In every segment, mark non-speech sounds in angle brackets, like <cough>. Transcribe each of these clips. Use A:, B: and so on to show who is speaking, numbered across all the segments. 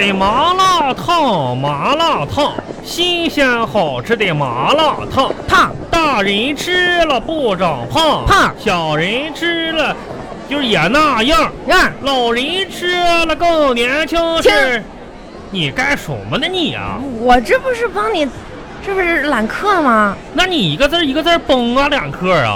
A: 哎麻辣烫，麻辣烫，新鲜好吃的麻辣烫，
B: 烫
A: 大人吃了不长胖，
B: 胖
A: 小人吃了就是也那样，
B: 让
A: 老人吃了更年轻
B: 嗯轻
A: 是。你干什么呢你啊？
B: 我这不是帮你，这不是揽客吗？
A: 那你一个字儿一个字儿崩啊两克啊！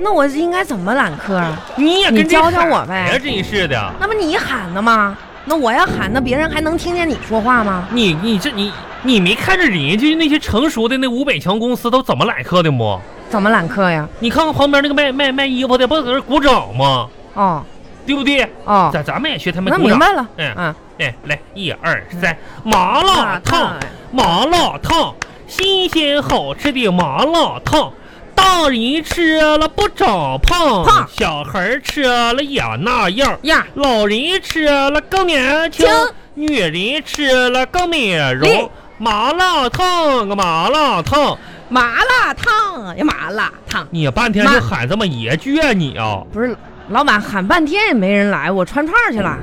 B: 那我应该怎么揽客啊？
A: 你也
B: 你
A: 跟这
B: 教教
A: 孩
B: 我
A: 子
B: 呗
A: 呀，真是的。
B: 那不你喊的吗？那我要喊，那别人还能听见你说话吗？
A: 你你这你你没看着人家那些成熟的那五百强公司都怎么揽客的吗？
B: 怎么揽客呀？
A: 你看看旁边那个卖卖卖衣服的，不搁这鼓掌吗？
B: 哦
A: 对不对？
B: 哦，
A: 咱咱们也学他们
B: 那
A: 鼓
B: 明
A: 掌。
B: 白了。
A: 嗯
B: 嗯，
A: 哎，来，一二三，麻辣烫，麻辣烫，新鲜好吃的麻辣烫，大人吃了不长胖，
B: 胖
A: 小孩儿吃了也那样儿，
B: 呀，
A: 老人吃了更年轻
B: 轻，
A: 女人吃了更美容
B: 丽。
A: 麻辣烫啊，麻辣烫，
B: 麻辣烫啊，呀麻辣烫，
A: 你半天
B: 麻
A: 就喊这么一句啊，你啊，
B: 不是老板喊半天也没人来，我串串儿去了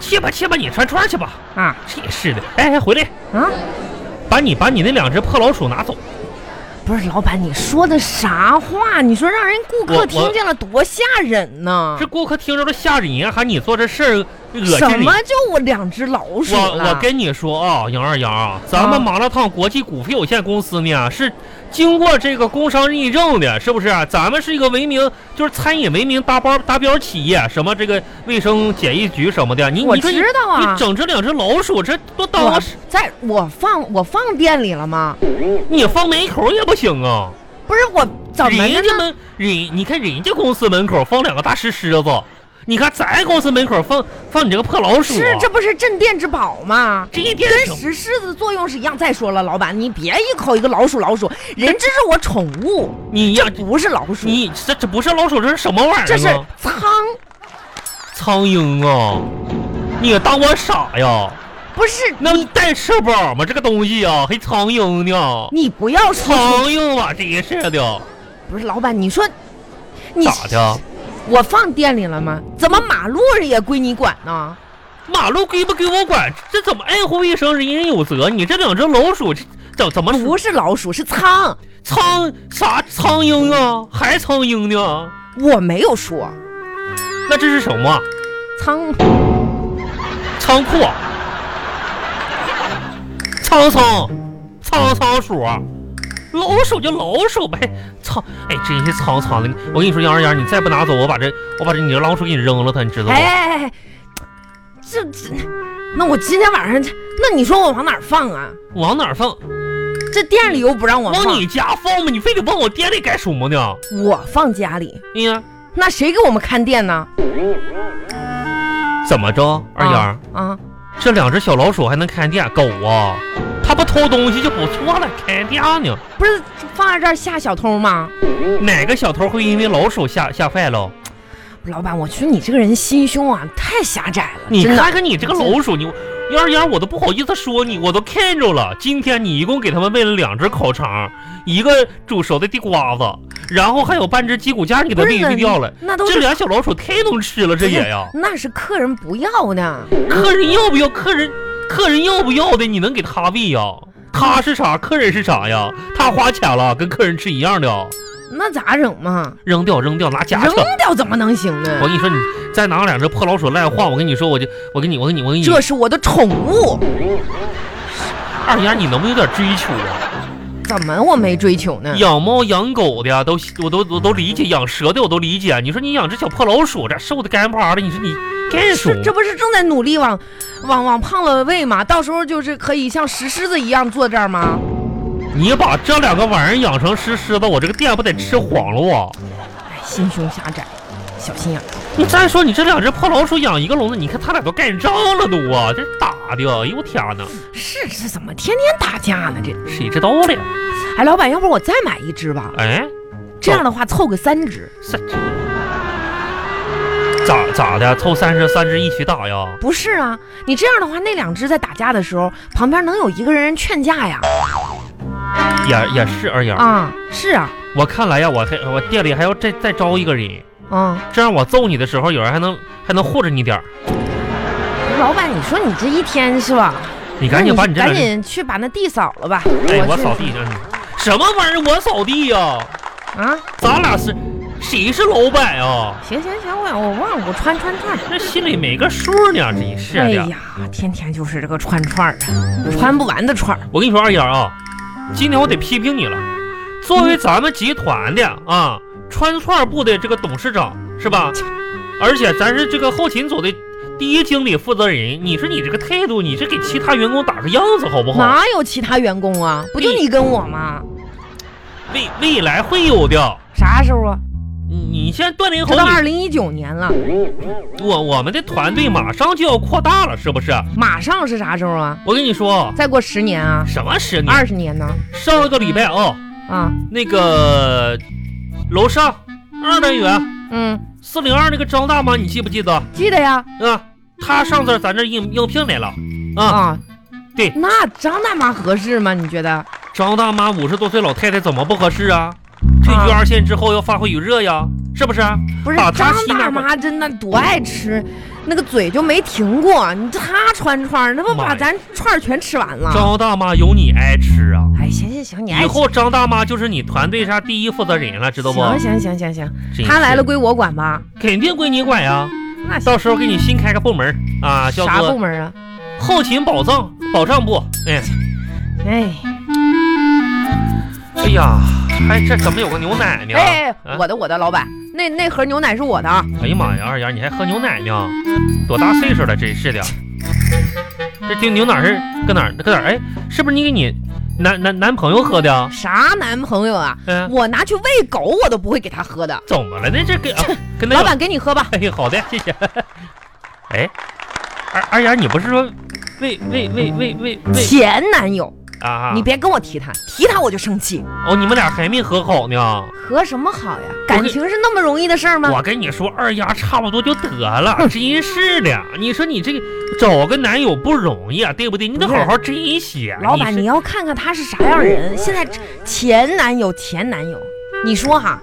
A: 去吧去吧，你串串去吧，
B: 啊
A: 真是的，哎，哎回来，
B: 啊！
A: 把你把你那两只破老鼠拿走。
B: 不是老板，你说的啥话？你说让人顾
A: 我
B: 客
A: 我
B: 听见了多吓人呢
A: 这！顾客听着都吓人呀，喊你做这事儿恶心
B: 什
A: 人。
B: 么就我两只老鼠
A: 我
B: 了？
A: 我跟你说啊，杨二杨啊，咱们
B: 啊
A: 麻辣烫国际股份有限公司呢是经过这个工商认证的，是不是啊、咱们是一个文明，就是餐饮文明达标达标企业，什么这个卫生检疫局什么的。你
B: 我
A: 你说你
B: 知道啊
A: 你，整这两只老鼠，这都当
B: 我在我放我放店里了吗？
A: 你放门口也不行啊。
B: 不是我怎么的
A: 人家
B: 呢？
A: 门人，你看人家公司门口放两个大石狮子，你看咱公司门口放放你这个破老鼠、啊，
B: 是这不是镇店之宝吗？
A: 这一点
B: 跟
A: 什么
B: 石狮子作用是一样。再说了，老板，你别一口一个老鼠老鼠，人这是我宠物，
A: 你呀
B: 这，不是老鼠，
A: 你这这不是老鼠，这是什么玩意儿啊？
B: 这是苍，
A: 苍蝇啊！你当我傻呀？
B: 不是
A: 那
B: 你，
A: 带翅膀吗？这个东西啊，还苍蝇呢？
B: 你不要说
A: 苍
B: 出，
A: 蝇啊，真是的，
B: 不是老板，你说你
A: 咋的？
B: 我放店里了吗？怎么马路也归你管呢？
A: 马路归不归我管？这怎么爱护卫生，人人有责？你这两只老鼠，这怎怎么
B: 不是老鼠，是苍，
A: 苍啥苍蝇啊？还苍蝇呢？
B: 我没有说
A: 那这是什么？
B: 苍，
A: 仓库？啊苍苍，苍苍鼠，啊老鼠就老鼠呗。苍，哎，真是苍苍的。我跟你说，杨二丫，你再不拿走，我把这我把这你这老鼠给你扔了它，你知道
B: 哎
A: 不？
B: 哎哎哎，这这，那我今天晚上，那你说我往哪儿放啊？
A: 往哪儿放？
B: 这店里又不让我放，
A: 往你家放吗？你非得往我店里干什么呢？
B: 我放家里，
A: 哎呀，
B: 那谁给我们看店呢？
A: 怎么着，二丫？
B: 啊啊，
A: 这两只小老鼠还能看店？狗啊，它不偷东西就不错了，看店呢？
B: 不是放在这儿吓小偷吗？
A: 哪个小偷会因为老鼠吓吓坏了？
B: 老板，我觉得你这个人心胸啊太狭窄了，
A: 你
B: 真的
A: 看看你这个老鼠，你幺二幺我都不好意思说你，我都看着了。今天你一共给他们喂了两只烤肠，一个煮熟的地瓜子，然后还有半只鸡骨架，你给它
B: 不
A: 喂
B: 是
A: 喂掉了。
B: 那都
A: 这
B: 是
A: 俩小老鼠太能吃了，这也呀，
B: 那是客人不要的，
A: 客人要不要？客人，客人要不要的？你能给他喂呀？他是啥？客人是啥呀？他花钱了，跟客人吃一样的，
B: 那咋整嘛？
A: 扔掉，扔掉，拿夹
B: 扔
A: 去。
B: 掉怎么能行
A: 我
B: 呢？
A: 跟你说，你再拿两只破老鼠赖话，我跟你说，我就，我跟你，我跟你，我跟你，
B: 这是我的宠物，
A: 二丫，你能不能有点追求啊？
B: 怎么我没追求呢？
A: 养猫养狗的呀，都我都我都理解，养蛇的我都理解。你说你养只小破老鼠，这瘦的干巴的，你说你干什
B: 是
A: 么？
B: 这不是正在努力往往往胖了喂吗？到时候就是可以像石狮子一样坐这儿吗？
A: 你把这两个玩意儿养成石狮子，我这个店不得吃黄了啊！
B: 哎，心胸狭窄，小心眼儿。
A: 你再说你这两只破老鼠养一个笼子，你看他俩都干仗了都啊，这打的，哎呦我天哪，
B: 是这怎么天天打架呢？这
A: 谁知道嘞？
B: 哎，老板，要不我再买一只吧？
A: 哎，
B: 这样的话凑个三只，
A: 是咋咋的？凑三十三只一起打呀？
B: 不是啊？你这样的话，那两只在打架的时候，旁边能有一个人劝架呀？
A: 也也是二丫，
B: 啊，是啊，
A: 我看来呀，我还我店里还要再再招一个人。
B: 啊，
A: 这样我揍你的时候，有人还能还能护着你点儿。
B: 老板，你说你这一天是吧？
A: 你赶紧把你这
B: 赶
A: 两天，
B: 紧去把那地扫了吧。
A: 哎，
B: 我
A: 我
B: 去
A: 扫地去。什么玩意儿？我扫地呀、
B: 啊！
A: 咱俩是谁是老板啊？
B: 行行行，我我忘了，我穿穿串儿。
A: 这心里没个数呢，真是啊
B: 哎
A: 的。
B: 呀，天天就是这个串串儿啊，
A: 嗯
B: 穿不完的串儿。
A: 我跟你说，二丫啊，今天我得批评你了。作为咱们集团的啊川串部的这个董事长是吧？而且咱是这个后勤组的第一经理负责人，你说你这个态度，你是给其他员工打个样子好不好？
B: 哪有其他员工啊？不就
A: 你
B: 你跟我吗？
A: 未未来会有的。
B: 啥时候啊？
A: 你你现在断零后，
B: 这都二
A: 你
B: 零一九年了，
A: 我我们的团队马上就要扩大了，是不是？
B: 马上是啥时候啊？
A: 我跟你说，
B: 再过十年啊，
A: 什么十年？
B: 二十年呢？
A: 上个礼拜啊，
B: 啊，
A: 那个楼上二单元
B: 嗯，
A: 四零二那个张大妈，你记不记得？
B: 记得呀。
A: 啊，他上次咱这应应聘来了啊。
B: 啊，
A: 对
B: 那张大妈合适吗？你觉得？
A: 张大妈五十多岁老太太怎么不合适啊？退居二线之后要发挥余热呀，是不是？
B: 不是
A: 把她
B: 张
A: 吸那
B: 大
A: 儿吧
B: 妈真的多爱吃，那个嘴就没停过。你这她穿串儿，那不
A: 妈
B: 把
A: 呀
B: 咱串儿全吃完了？
A: 张大妈有你爱吃啊！
B: 哎，行行行，你爱
A: 以
B: 吃
A: 后张大妈就是你团队啥第一负责人了，知道不？
B: 行行行行行，
A: 真
B: 她
A: 是
B: 来了归我管吧？
A: 肯定归你管呀。
B: 那行
A: 到时候给你新开个部门啊，叫
B: 啥部
A: 做
B: 门啊？
A: 后勤保障保障部。哎，
B: 哎
A: 哎呀，还这怎么有个牛奶呢？
B: 哎，
A: 啊
B: 我的我的，老板，那那盒牛奶是我的啊。
A: 哎呀妈呀，二丫，你还喝牛奶呢？多大岁数了，真是的。这这牛奶是搁哪儿？搁哪儿？哎，是不是你给你男男男朋友喝的啊？
B: 啥男朋友啊？
A: 嗯、
B: 我拿去喂狗，我都不会给他喝的。
A: 怎么了呢？这跟、啊、跟那
B: 老
A: 个……
B: 板，给你喝吧。
A: 哎，好的，谢谢。 <laughs> 哎，二二丫，你不是说喂喂喂喂喂喂
B: 前男友，
A: 啊？
B: 你别跟我提他，提他我就生气。
A: 哦，你们俩还没和好呢。
B: 和什么好呀？感情是那么容易的事儿吗？
A: 我跟你说，二丫差不多就得了，真是的。你说你这个找个男友不容易啊，对不对？你得
B: 不是
A: 好好珍惜啊。
B: 老板，
A: 是哦
B: 你要看看他是啥样人。现在前男友，前男友，你说哈，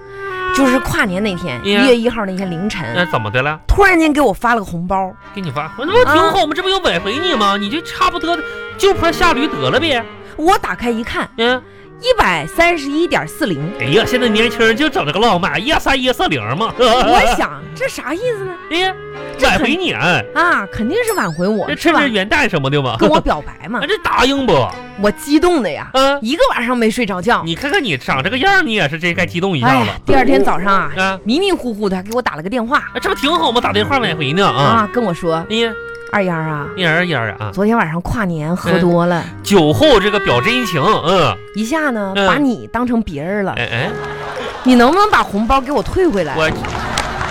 B: 就是跨年那天，一
A: 哎呀哎
B: 月一号那天凌
A: 那
B: 晨，
A: 怎么的了？
B: 突然间给我发了个红包。
A: 给你发，我那
B: 嗯
A: 不挺好吗？这不又挽回你吗？你就差不多就坡下驴得了呗。
B: 我打开一看，
A: 嗯，
B: 一百三十一点四零。
A: 哎呀，现在年轻人就整这个浪漫，一三一四零嘛。 <laughs>
B: 我想这啥意思呢？
A: 哎呀，
B: 这
A: 挽
B: 很
A: 回你，
B: 啊，肯定是挽回我
A: 这，
B: 是
A: 趁
B: 吧
A: 着？元旦什么的嘛。
B: 跟
A: <laughs>
B: 我表白嘛
A: 啊，，这答应不？
B: 我激动的呀，
A: 啊，
B: 一个晚上没睡着觉。
A: 你看看你长这个样儿，你也是这该激动一
B: 哎
A: 下
B: 呀
A: 了。，
B: 第二天早上啊，
A: 啊，
B: 迷迷糊糊的还给我打了个电话
A: 啊这不挺好吗？打电话挽回呢啊。
B: 啊，跟我说
A: 哎呀，
B: 二丫啊，
A: 嫣儿嫣儿啊，
B: 昨天晚上跨年
A: 嗯
B: 喝多了，
A: 酒后这个表真情，嗯，
B: 一下呢
A: 嗯
B: 把你当成别人了，
A: 哎哎，
B: 你能不能把红包给我退回来？
A: 我，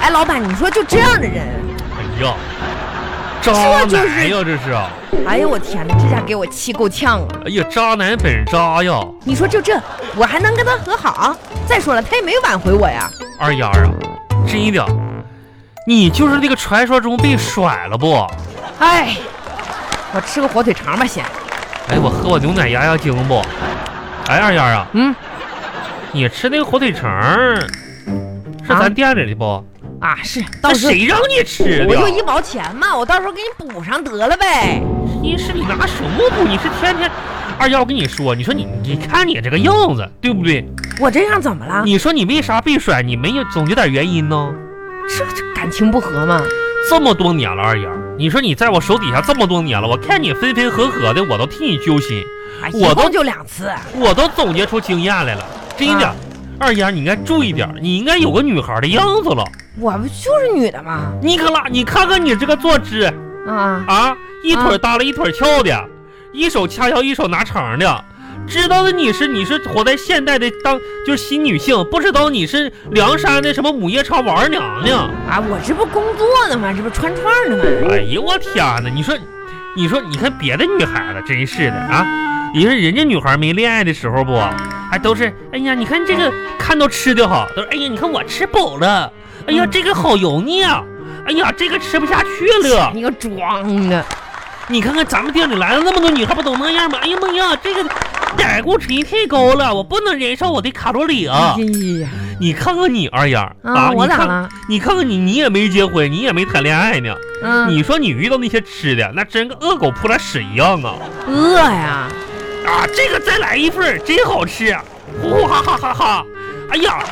B: 哎，老板，你说就这样的人，
A: 哎呀，渣
B: 就是
A: 男呀，这是啊，
B: 哎呀，我天哪，这下给我气够呛啊！
A: 哎呀，渣男本渣呀。
B: 你说就这，我还能跟他和好？再说了，他也没挽回我呀。
A: 二丫啊，真的，你就是那个传说中被甩了不？
B: 哎，我吃个火腿肠吧先。
A: 哎，我喝我牛奶压压惊不？哎，二丫啊，
B: 嗯，
A: 你吃那个火腿肠儿是
B: 啊
A: 咱店里的不？
B: 啊，是，到
A: 那
B: 时候
A: 谁让你吃
B: 我就一
A: 的？
B: 毛钱嘛，我到时候给你补上得了呗。
A: 你是你拿什么补？你是天天。二丫，我跟你说，你说你，你看你这个样子，对不对？
B: 我这样怎么了？
A: 你说你为啥被甩？你没有总有点原因呢？
B: 这这感情不和嘛？
A: 这么多年了，二丫，你说你在我手底下这么多年了，我看你分分合合的，我都替你揪心。
B: 哎，一
A: 我都
B: 共就两次。
A: 我都总结出经验来了，真的。
B: 啊
A: 二丫，你应该注意点，你应该有个女孩的样子了。
B: 我不就是女的嘛？
A: 你可拉，你看看你这个坐姿
B: 啊，
A: 啊，一腿耷拉一腿翘的，一手掐腰一手拿肠的。知道的你是你是活在现代的当就是新女性，不知道你是梁山的什么母夜叉王二娘呢？
B: 啊，我这不工作呢吗？这不穿串儿呢吗？
A: 哎呦我天哪！你说，你说，你看别的女孩子，真是的啊！你说人家女孩没恋爱的时候不，还都是哎呀，你看这个看到吃的好，都是哎呀，你看我吃饱了，哎呀，
B: 嗯
A: 这个好油腻啊，哎呀，这个吃不下去了。
B: 你个装的！
A: 你看看咱们店里来了那么多女孩，不都那样吗？哎呀妈呀，这个胆固醇太高了，我不能忍受我的卡路里啊！
B: 哎呀，
A: 你看看你二丫
B: 嗯啊，我
A: 你
B: 咋
A: 看
B: 了？
A: 你看看你，你也没结婚，你也没谈恋爱呢。
B: 嗯，
A: 你说你遇到那些吃的，那真跟恶狗扑了屎一样啊！
B: 饿呀？
A: 啊，这个再来一份儿，真好吃啊，呼呼哈哈哈哈！哎呀，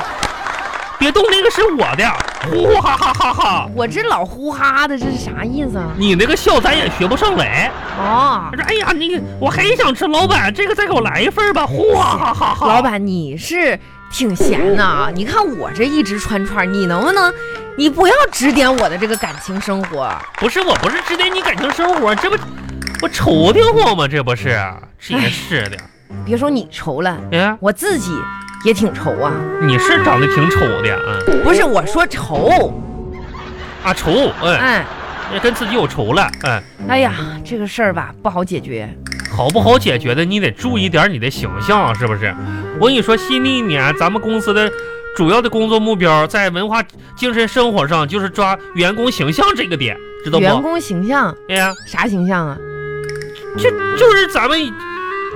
A: 别动，那个是我的，呼呼哈哈哈哈！
B: 我这老呼哈的，这是啥意思啊？
A: 你那个笑咱也学不上来。
B: 哦
A: 他，说：“哎呀，那个我还想吃，老板，这个再给我来一份儿吧。”呼哈哈哈哈！
B: 老，板你是挺闲的啊，你看我这一直穿串儿，你能不能，你不要指点我的这个感情生活？
A: 不是我，不是指点你感情生活，这不我愁的慌吗？这不是，这也是
B: <laughs>
A: 的。
B: 别说你愁了，
A: 哎，
B: 我自己也挺愁啊。
A: 你是长得挺丑的，嗯
B: 不是我说愁，
A: 啊丑，嗯，
B: 哎，
A: 跟自己有仇了，嗯，
B: 哎呀，这个事儿吧不好解决。
A: 好不好解决的，你得注意点你的形象，是不是？我跟你说，新的一年咱们公司的。主要的工作目标在文化精神生活上，就是抓员工形象这个点，知道
B: 员
A: 不？
B: 工形象
A: 哎呀，
B: 啥形象啊？
A: 就就是咱们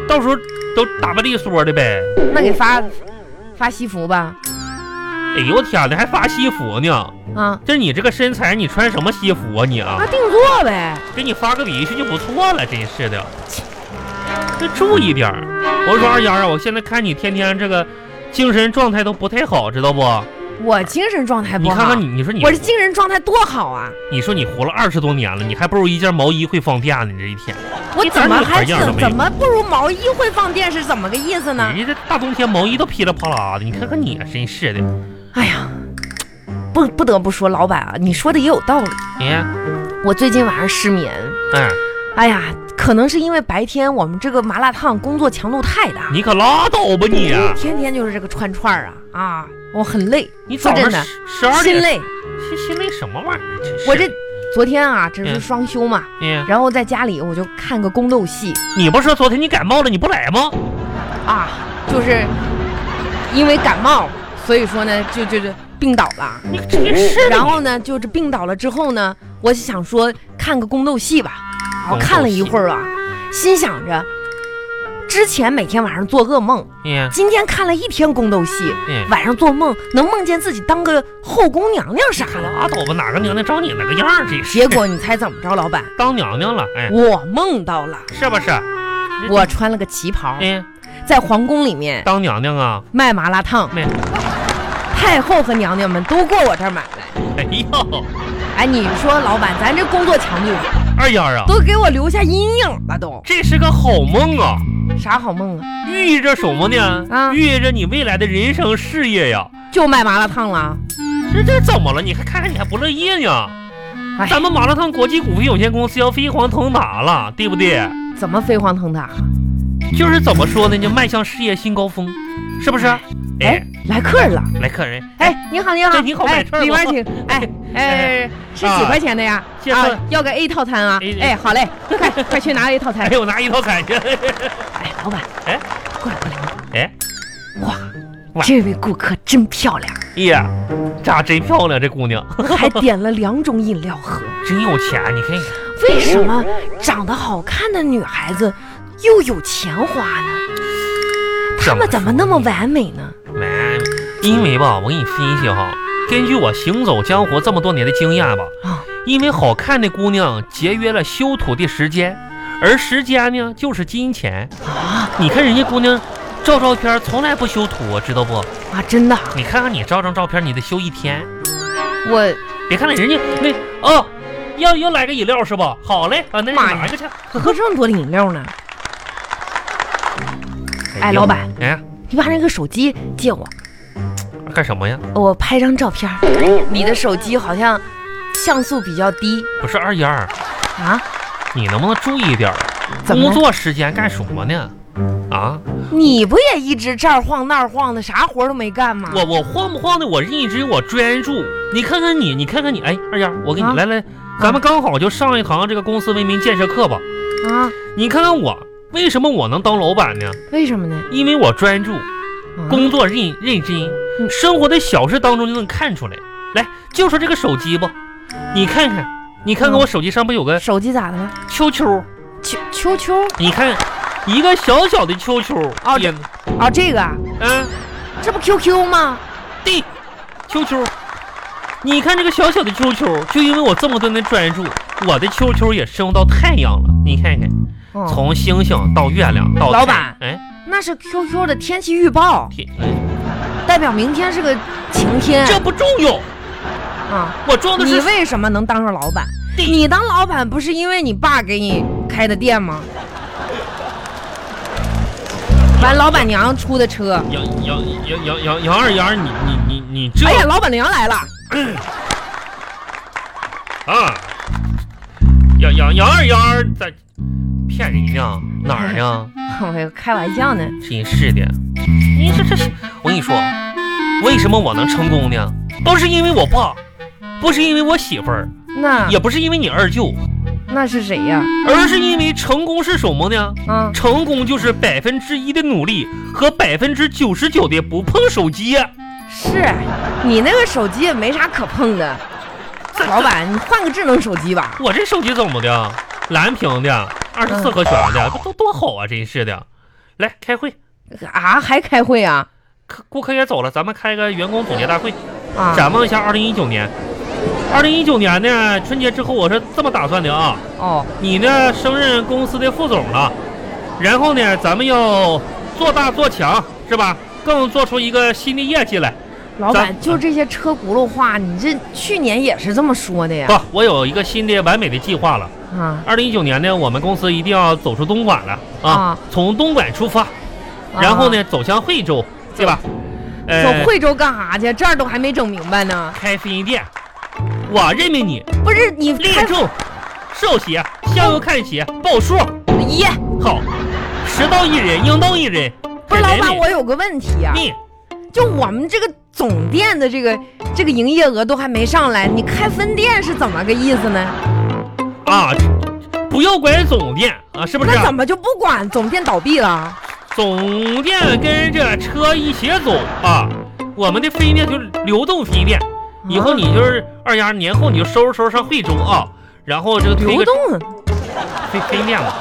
A: 到时候都打扮利索的呗。
B: 那给发发西服吧。
A: 哎呦我天哪，还发西服呢？
B: 啊，
A: 这你这个身材，你穿什么西服啊你啊
B: 那？定做呗。
A: 给你发个礼去就不错了，真是的。这注意点儿。我说二丫啊，我现在看你天天这个精神状态都不太好，知道不？
B: 我精神状态
A: 你
B: 不好，
A: 看看你，你说你
B: 我，这精神状态多好啊！
A: 你说你活了二十多年了，你还不如一件毛衣会放电呢。你这一天，
B: 我
A: 一点
B: 怎么
A: 女孩
B: 还
A: 样都
B: 怎
A: 没有
B: 怎么不如毛衣会放电是怎么个意思呢？
A: 你这大冬天毛衣都噼里啪啦的，啊你看看你，真是的。
B: 哎呀，不不得不说，老板啊，你说的也有道理。
A: 你、哎，
B: 我最近晚上失眠，
A: 嗯，
B: 哎呀，可能是因为白天我们这个麻辣烫工作强度太大，
A: 你可拉倒吧你、啊
B: 天天就是这个串串儿啊啊，我很累，
A: 你
B: 说
A: 早
B: 真
A: 上
B: 的
A: 十十二
B: 心
A: 点，
B: 累。
A: 心心累什么玩意儿？啊真是
B: 我这，昨天啊，这不是
A: 嗯
B: 双休嘛，
A: 你
B: 然后在家里我就看个宫斗戏
A: 你不是说昨天你感冒了你不来吗？
B: 啊，就是因为感冒，所以说呢，就就就病倒了。
A: 你真是的
B: 嗯然后呢，就是病倒了之后呢，我就想说看个宫斗戏吧。啊我
A: 宫斗
B: 看了一
A: 戏
B: 会儿啊，心想着，之前每天晚上做噩梦，
A: 你，
B: 今天看了一天宫斗戏，
A: 嗯，
B: 晚上做梦能梦见自己当个后宫娘娘啥的。
A: 拉倒吧，哪个娘娘长你那个样儿？真是
B: 结果你猜怎么着，老板？
A: 当娘娘了，哎，
B: 我梦到了，
A: 是不是？
B: 我穿了个旗袍，
A: 嗯，
B: 在皇宫里面
A: 当娘娘啊？
B: 卖麻辣烫
A: 卖，
B: 太后和娘娘们都过我这儿买来。
A: 哎呦，
B: 哎，你说老板，咱这工作强度
A: 二丫啊，
B: 都给我留下阴影了都，
A: 这是个好梦啊，
B: 啥好梦啊？
A: 寓意着什么呢？
B: 啊
A: 寓意着你未来的人生事业呀。
B: 就卖麻辣烫了，
A: 这这怎么了？你还看看你还不乐意呢？
B: 哎
A: 咱们麻辣烫国际股份有限公司要飞黄腾达了，对不对？
B: 怎么飞黄腾达？
A: 就是怎么说呢，就迈向事业新高峰，是不是？哎
B: 哎，，来客人了，
A: 来客人，
B: 哎，你好，你好，
A: 哎你好买
B: 哎
A: 串，儿
B: 里
A: 吗
B: 边请，
A: <laughs>
B: 哎哎，是
A: 啊
B: 几块钱的呀？
A: 这
B: 啊
A: 份，
B: 要个 A 套餐啊
A: A-，
B: 哎，好嘞，
A: <laughs>
B: 快快去拿 A 套餐
A: 哎，。我拿一套彩 <laughs> 去。
B: 哎，老板，
A: 哎，
B: 过来过来，
A: 哎，
B: 哇，
A: 哇
B: 这位顾客真
A: <laughs>
B: 漂亮，
A: 哎呀，咋真漂亮？这姑娘 <laughs>
B: 还点了两种饮料喝。
A: 真有钱，你看看，
B: 为什么长得好看的女孩子又有钱花呢？她们怎么那么完美呢？
A: 没，因为吧，我给你分析哈，根据我行走江湖这么多年的经验吧，
B: 啊
A: 因为好看的姑娘节约了修图的时间，而时间呢就是金钱。
B: 啊
A: 你看人家姑娘照照片从来不修图，知道不？
B: 啊！真的啊，
A: 你看看你照张照片，你得修一天。
B: 我
A: 别看了人家那哦，要要来个饮料是吧？好嘞，啊，那你
B: 妈呀哎
A: 拿一个去。
B: 喝这么多饮料呢，哎老板，
A: 哎，
B: 你把那个手机借我，呃
A: 干什么呀？
B: 我拍张照片儿。你的手机好像像素比较低
A: 不是二丫儿，
B: 啊？
A: 你能不能注意点儿？
B: 怎么
A: 工
B: 了？
A: 作时间干什么呢？啊，
B: 你不也一直这儿晃那儿晃的，啥活儿都没干吗？
A: 我我晃不晃的，我一直我专注。你看看你，你看看你，哎，二丫儿，我给你、
B: 啊
A: 来来，咱们刚好就上一堂这个公司文明建设课吧。
B: 啊，
A: 你看看我，为什么我能当老板呢？
B: 为什么呢？
A: 因为我专注。
B: 啊
A: 工作认认真，
B: 嗯
A: 生活的小事当中就能看出来。来，就说这个手机吧，你看看你看
B: 嗯
A: 看我手机上不有个
B: 手机咋的了？
A: 秋秋？
B: 秋秋秋
A: 你看一个小小的秋秋
B: 哦
A: 也
B: 啊，这个啊
A: 嗯，
B: 这不 QQ 吗？
A: 对，秋秋，你看这个小小的秋秋，就因为我这么多年专注，我的秋秋也深入到太阳了。你看看，
B: 嗯
A: 从星星到月亮到
B: 老
A: 太
B: 板
A: 哎，
B: 那是 QQ 的天气预报，
A: 天，哎
B: 代表明天是个晴天
A: 这不重要，
B: 啊。
A: 我重要的
B: 你
A: 是
B: 为什么能当上老板？
A: 地
B: 你当老板不是因为你爸给你开的店吗？完，老板娘出的车。
A: 杨杨杨杨杨杨二丫，你你你你这
B: 哎呀，老板娘来了，
A: <clears throat> 啊，杨杨杨二丫在骗人呢，哪儿呢？
B: <laughs> 哎呦，开玩笑呢。
A: 真是的，你这这是，我跟你说，为什么我能成功呢？都是因为我爸，不是因为我媳妇儿，
B: 那
A: 也不是因为你二舅，
B: 那是谁呀？
A: 而是因为成功是什么呢？
B: 啊，
A: 成功就是百分之一的努力和百分之九十九的不碰手机。
B: 是啊你那个手机也没啥可碰的。老板，你换个智能手机吧。
A: 我这手机怎么的？蓝屏的，二十四和弦的，
B: 嗯
A: 这都多好啊！真是的，来开会，
B: 啊，还开会啊？
A: 客顾客也走了，咱们开个员工总结大会。
B: 啊，
A: 展望一下二零一九年。二零一九年呢，春节之后我是这么打算的啊，
B: 哦，
A: 你呢升任公司的副总了，然后呢，咱们要做大做强，是吧？更做出一个新的业绩来。
B: 老板，
A: 咱
B: 就这些车轱辘话，你这去年也是这么说的哎呀
A: 不？，我有一个新的完美的计划了。
B: 啊，
A: 二零一九年呢，我们公司一定要走出东莞了啊，
B: 啊
A: 从东莞出发，然后呢，走向惠州，对吧？
B: 啊？
A: 呃
B: 走惠州干啥去？这儿都还没整明白呢。
A: 开分店，我任命你，
B: 不是你
A: 列
B: 开
A: 众、寿喜、向右看齐、报数。
B: 耶？
A: 好，十刀一人，应刀一人。
B: 不是
A: 给
B: 老
A: 人
B: 板，
A: 民
B: 我有个问题呀、
A: 你
B: 就我们这个总店的这个这个营业额都还没上来，你开分店是怎么个意思呢？
A: 啊，不要管总店啊，是不是
B: 那？怎么就不管总店倒闭了？
A: 总店跟着车一起走啊，我们的分店就是流动分店。以后
B: 啊
A: 你就是二丫，年后你就收拾收拾上惠州啊，然后这个推
B: 流
A: 个
B: 动
A: 分分店嘛，